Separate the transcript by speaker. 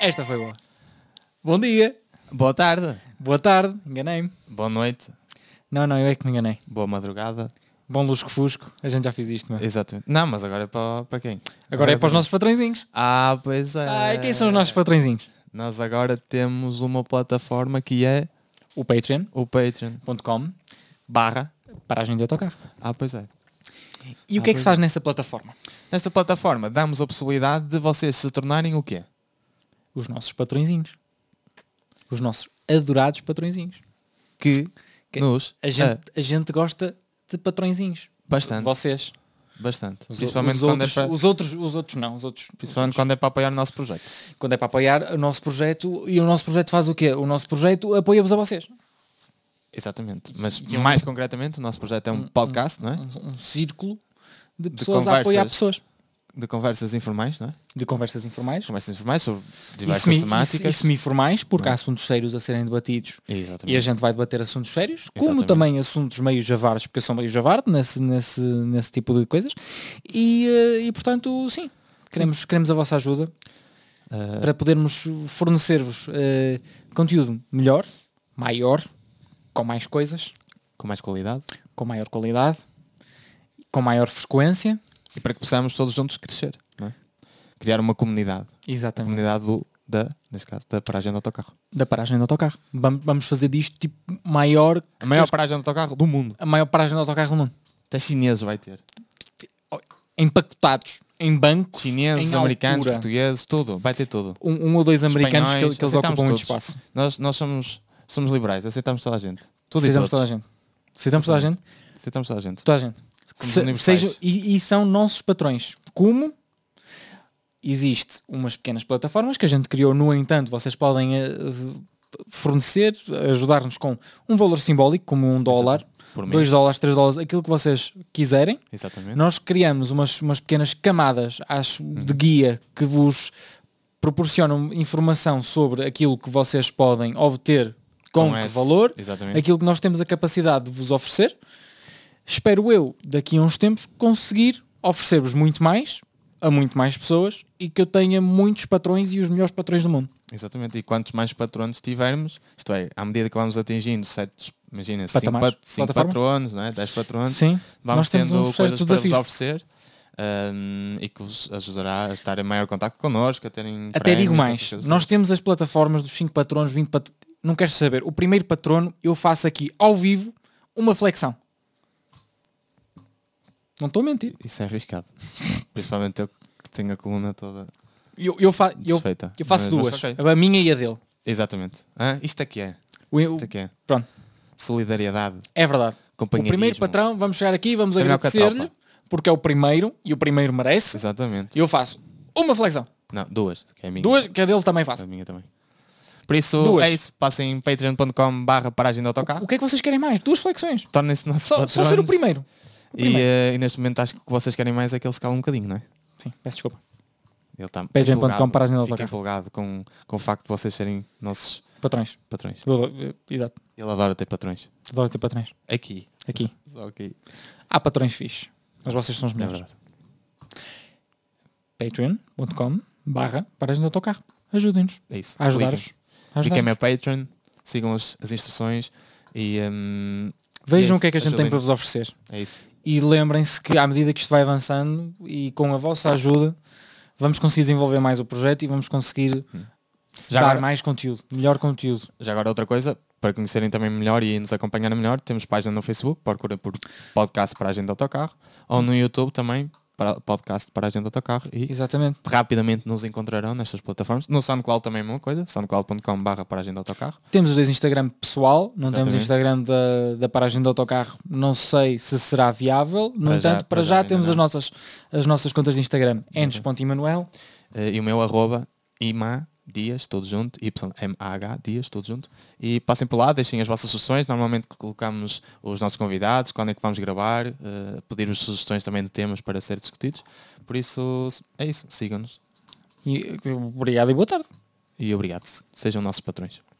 Speaker 1: Esta foi boa. Bom dia.
Speaker 2: Boa tarde.
Speaker 1: Boa tarde. Enganei-me.
Speaker 2: Boa noite.
Speaker 1: Não, não, eu é que me enganei.
Speaker 2: Boa madrugada.
Speaker 1: Bom lusco-fusco. A gente já fez isto, mano.
Speaker 2: Exatamente. Não, mas agora é para, para quem?
Speaker 1: Agora é para os nossos patrõezinhos.
Speaker 2: Ah, pois é.
Speaker 1: Ai, quem são os nossos patrõezinhos?
Speaker 2: Nós agora temos uma plataforma que é
Speaker 1: O patreon.com
Speaker 2: o Patreon. Barra.
Speaker 1: paragem de autocarro.
Speaker 2: Ah, pois é.
Speaker 1: E o que é que se faz nessa plataforma?
Speaker 2: Nesta plataforma damos a possibilidade de vocês se tornarem o quê?
Speaker 1: Os nossos patrõezinhos. Os nossos adorados patrõezinhos. Ah.
Speaker 2: Que,
Speaker 1: Que-
Speaker 2: nos...
Speaker 1: A gente, a gente gosta de patrõezinhos.
Speaker 2: Bastante.
Speaker 1: Vocês.
Speaker 2: Bastante.
Speaker 1: Os,
Speaker 2: Principalmente,
Speaker 1: os
Speaker 2: quando,
Speaker 1: outros,
Speaker 2: é para,
Speaker 1: os outros, os outros não, os outros.
Speaker 2: principalmente quando é para apoiar o nosso projeto.
Speaker 1: Quando é para apoiar o nosso projeto e o nosso projeto faz o quê? O nosso projeto apoia-vos a vocês.
Speaker 2: Exatamente. Mas
Speaker 1: E Hum, é um-
Speaker 2: mais concretamente, o nosso projeto é um podcast, não é?
Speaker 1: Um, um círculo de pessoas a
Speaker 2: conversas.
Speaker 1: apoiar pessoas.
Speaker 2: De conversas informais, não é?
Speaker 1: De conversas informais.
Speaker 2: Conversas informais sobre
Speaker 1: E
Speaker 2: diversas
Speaker 1: semi-
Speaker 2: temáticas.
Speaker 1: e semi-formais, porque
Speaker 2: Não é?
Speaker 1: há assuntos sérios a serem debatidos
Speaker 2: Exatamente.
Speaker 1: E a gente vai debater assuntos sérios, como
Speaker 2: Exatamente.
Speaker 1: também assuntos meio javardos, porque eu sou meio javardo nesse, nesse, nesse tipo de coisas. E, eh, e portanto, sim, queremos, queremos a vossa ajuda
Speaker 2: Ah,
Speaker 1: para podermos fornecer-vos eh, conteúdo melhor, maior, com mais coisas,
Speaker 2: com mais qualidade.
Speaker 1: com maior qualidade, com maior frequência.
Speaker 2: E para que possamos todos juntos crescer. não é? Criar uma comunidade. A
Speaker 1: Exatamente.
Speaker 2: comunidade do, da, neste caso, da paragem do autocarro.
Speaker 1: Da paragem do autocarro. Vam- Vamos fazer disto tipo maior,
Speaker 2: A maior paragem do autocarro do mundo.
Speaker 1: a maior paragem do autocarro no mundo.
Speaker 2: Até chineses vai ter.
Speaker 1: Empacotados em bancos,
Speaker 2: Chineses,
Speaker 1: em
Speaker 2: americanos,
Speaker 1: altura.
Speaker 2: portugueses, tudo. Vai ter tudo.
Speaker 1: um, um ou dois americanos que-
Speaker 2: Espanhóis,
Speaker 1: que, eles
Speaker 2: aceitamos
Speaker 1: ocupam muito
Speaker 2: todos.
Speaker 1: espaço.
Speaker 2: Nós, nós somos, somos liberais. Aceitamos toda a gente. Tudo e
Speaker 1: Aceitamos
Speaker 2: todos.
Speaker 1: toda a gente. Aceitamos toda a gente.
Speaker 2: Aceitamos toda a gente.
Speaker 1: Toda a gente.
Speaker 2: Somos
Speaker 1: Se-
Speaker 2: universais.
Speaker 1: sejam- e, e são nossos patrões. Como existe umas pequenas plataformas que a gente criou, no entanto, vocês podem eh, fornecer, ajudar-nos com um valor simbólico, como um dólar,
Speaker 2: Por mim.
Speaker 1: dois dólares, três dólares, aquilo que vocês quiserem.
Speaker 2: Exatamente.
Speaker 1: Nós criamos umas, umas pequenas camadas acho, de guia que vos proporcionam informação sobre aquilo que vocês podem obter com, que
Speaker 2: é esse-
Speaker 1: valor,
Speaker 2: Exatamente.
Speaker 1: aquilo que nós temos a capacidade de vos oferecer. Espero eu, daqui a uns tempos, conseguir oferecer-vos muito mais a muito mais pessoas e que eu tenha muitos patrões e os melhores patrões do mundo.
Speaker 2: Exatamente. E quantos mais patronos tivermos, isto é, à medida que vamos atingindo certos, imagina,
Speaker 1: Patamares.
Speaker 2: 5 cinco
Speaker 1: Plataforma.
Speaker 2: patronos, não é? 10 patronos,
Speaker 1: Sim,
Speaker 2: vamos
Speaker 1: nós temos
Speaker 2: tendo
Speaker 1: uns certos
Speaker 2: coisas para vos
Speaker 1: desafios.
Speaker 2: oferecer ahm, e que vos ajudará a estar em maior contacto connosco, a terem
Speaker 1: Até
Speaker 2: prémios,
Speaker 1: digo
Speaker 2: essas
Speaker 1: mais,
Speaker 2: coisas.
Speaker 1: nós temos as plataformas dos 5 patronos, 20 patronos. Não queres saber, o primeiro patrono eu faço aqui ao vivo uma flexão. Não estou a mentir.
Speaker 2: Isso é arriscado. Principalmente eu que tenho a coluna toda
Speaker 1: Eu, eu, fa- eu,
Speaker 2: desfeita.
Speaker 1: eu faço
Speaker 2: Mas- mas
Speaker 1: duas,
Speaker 2: é ok.
Speaker 1: a minha e a dele.
Speaker 2: Exatamente. Hã? isto aqui é.
Speaker 1: O- o-
Speaker 2: Isto aqui é.
Speaker 1: pronto,
Speaker 2: Solidariedade,
Speaker 1: é verdade. O
Speaker 2: companheirismo.
Speaker 1: primeiro patrão, vamos chegar aqui, vamos
Speaker 2: Também é o que a
Speaker 1: agradecer-lhe,
Speaker 2: tropa.
Speaker 1: porque é o primeiro e o primeiro merece.
Speaker 2: Exatamente.
Speaker 1: Eu faço uma flexão.
Speaker 2: Não, duas, que é a minha. É
Speaker 1: Duas, que a dele também
Speaker 2: A
Speaker 1: faço.
Speaker 2: minha também. Por isso,
Speaker 1: Duas.
Speaker 2: é isso. Passem em patreon.com barra paragem de autocarro.
Speaker 1: O que é que vocês querem mais? Duas flexões.
Speaker 2: Tornem-se nossos
Speaker 1: Só, só ser o
Speaker 2: patronos.
Speaker 1: primeiro. O
Speaker 2: E,
Speaker 1: primeiro.
Speaker 2: eh, e neste momento acho que o que vocês querem mais é que ele se cale um bocadinho, não é?
Speaker 1: Sim, peço desculpa.
Speaker 2: Ele está
Speaker 1: Patreon.com
Speaker 2: empolgado,
Speaker 1: paragem de
Speaker 2: fica
Speaker 1: autocarro.
Speaker 2: empolgado com, com o facto de vocês serem nossos
Speaker 1: Patrões.
Speaker 2: patrões.
Speaker 1: Eu- eu- Exato.
Speaker 2: Ele adora ter patrões.
Speaker 1: Adoro ter patrões.
Speaker 2: Aqui.
Speaker 1: Aqui.
Speaker 2: Só aqui.
Speaker 1: Há patrões fixes. Mas vocês são os
Speaker 2: É
Speaker 1: melhores.
Speaker 2: verdade.
Speaker 1: Patreon.com barra paragem de autocarro. Ajudem-nos.
Speaker 2: É isso.
Speaker 1: A ajudar-vos.
Speaker 2: Cliquem.
Speaker 1: A
Speaker 2: Cliquem
Speaker 1: ajudar-nos.
Speaker 2: meu Patreon. Sigam as, as instruções. E hum,
Speaker 1: Vejam
Speaker 2: Yes,
Speaker 1: o que é que a gente tem
Speaker 2: ajudem-nos.
Speaker 1: para vos oferecer.
Speaker 2: é isso.
Speaker 1: E lembrem-se que à medida que isto vai avançando e com a vossa ajuda vamos conseguir desenvolver mais o projeto e vamos conseguir
Speaker 2: Hum. Já
Speaker 1: dar
Speaker 2: agora-
Speaker 1: mais conteúdo, melhor conteúdo.
Speaker 2: Já agora outra coisa, para conhecerem também melhor e nos acompanharem melhor, temos página no Facebook, procura por podcast para a gente de autocarro, ou no YouTube também, para, podcast para a gente de autocarro, e
Speaker 1: Exatamente.
Speaker 2: rapidamente nos encontrarão nestas plataformas. No SoundCloud também é uma coisa, soundcloud.com barra para a gente de autocarro.
Speaker 1: Temos os dois Instagram pessoal, não temos
Speaker 2: Exatamente.
Speaker 1: Instagram da, da paragem do autocarro, não sei se será viável, no
Speaker 2: Para já-
Speaker 1: entanto, para
Speaker 2: para
Speaker 1: já,
Speaker 2: já ainda
Speaker 1: temos as
Speaker 2: não. Uhum.
Speaker 1: nossas, as nossas contas de Instagram, enes.emanuel
Speaker 2: Eh, e o meu arroba ima dias, tudo junto, YMAH dias, tudo junto. E passem por lá, deixem as vossas sugestões. Normalmente colocamos os nossos convidados, quando é que vamos gravar, eh, pedir-vos sugestões também de temas para ser discutidos. Por isso, é isso, sigam-nos.
Speaker 1: E, obrigado e boa tarde.
Speaker 2: E obrigado. Sejam nossos patrões.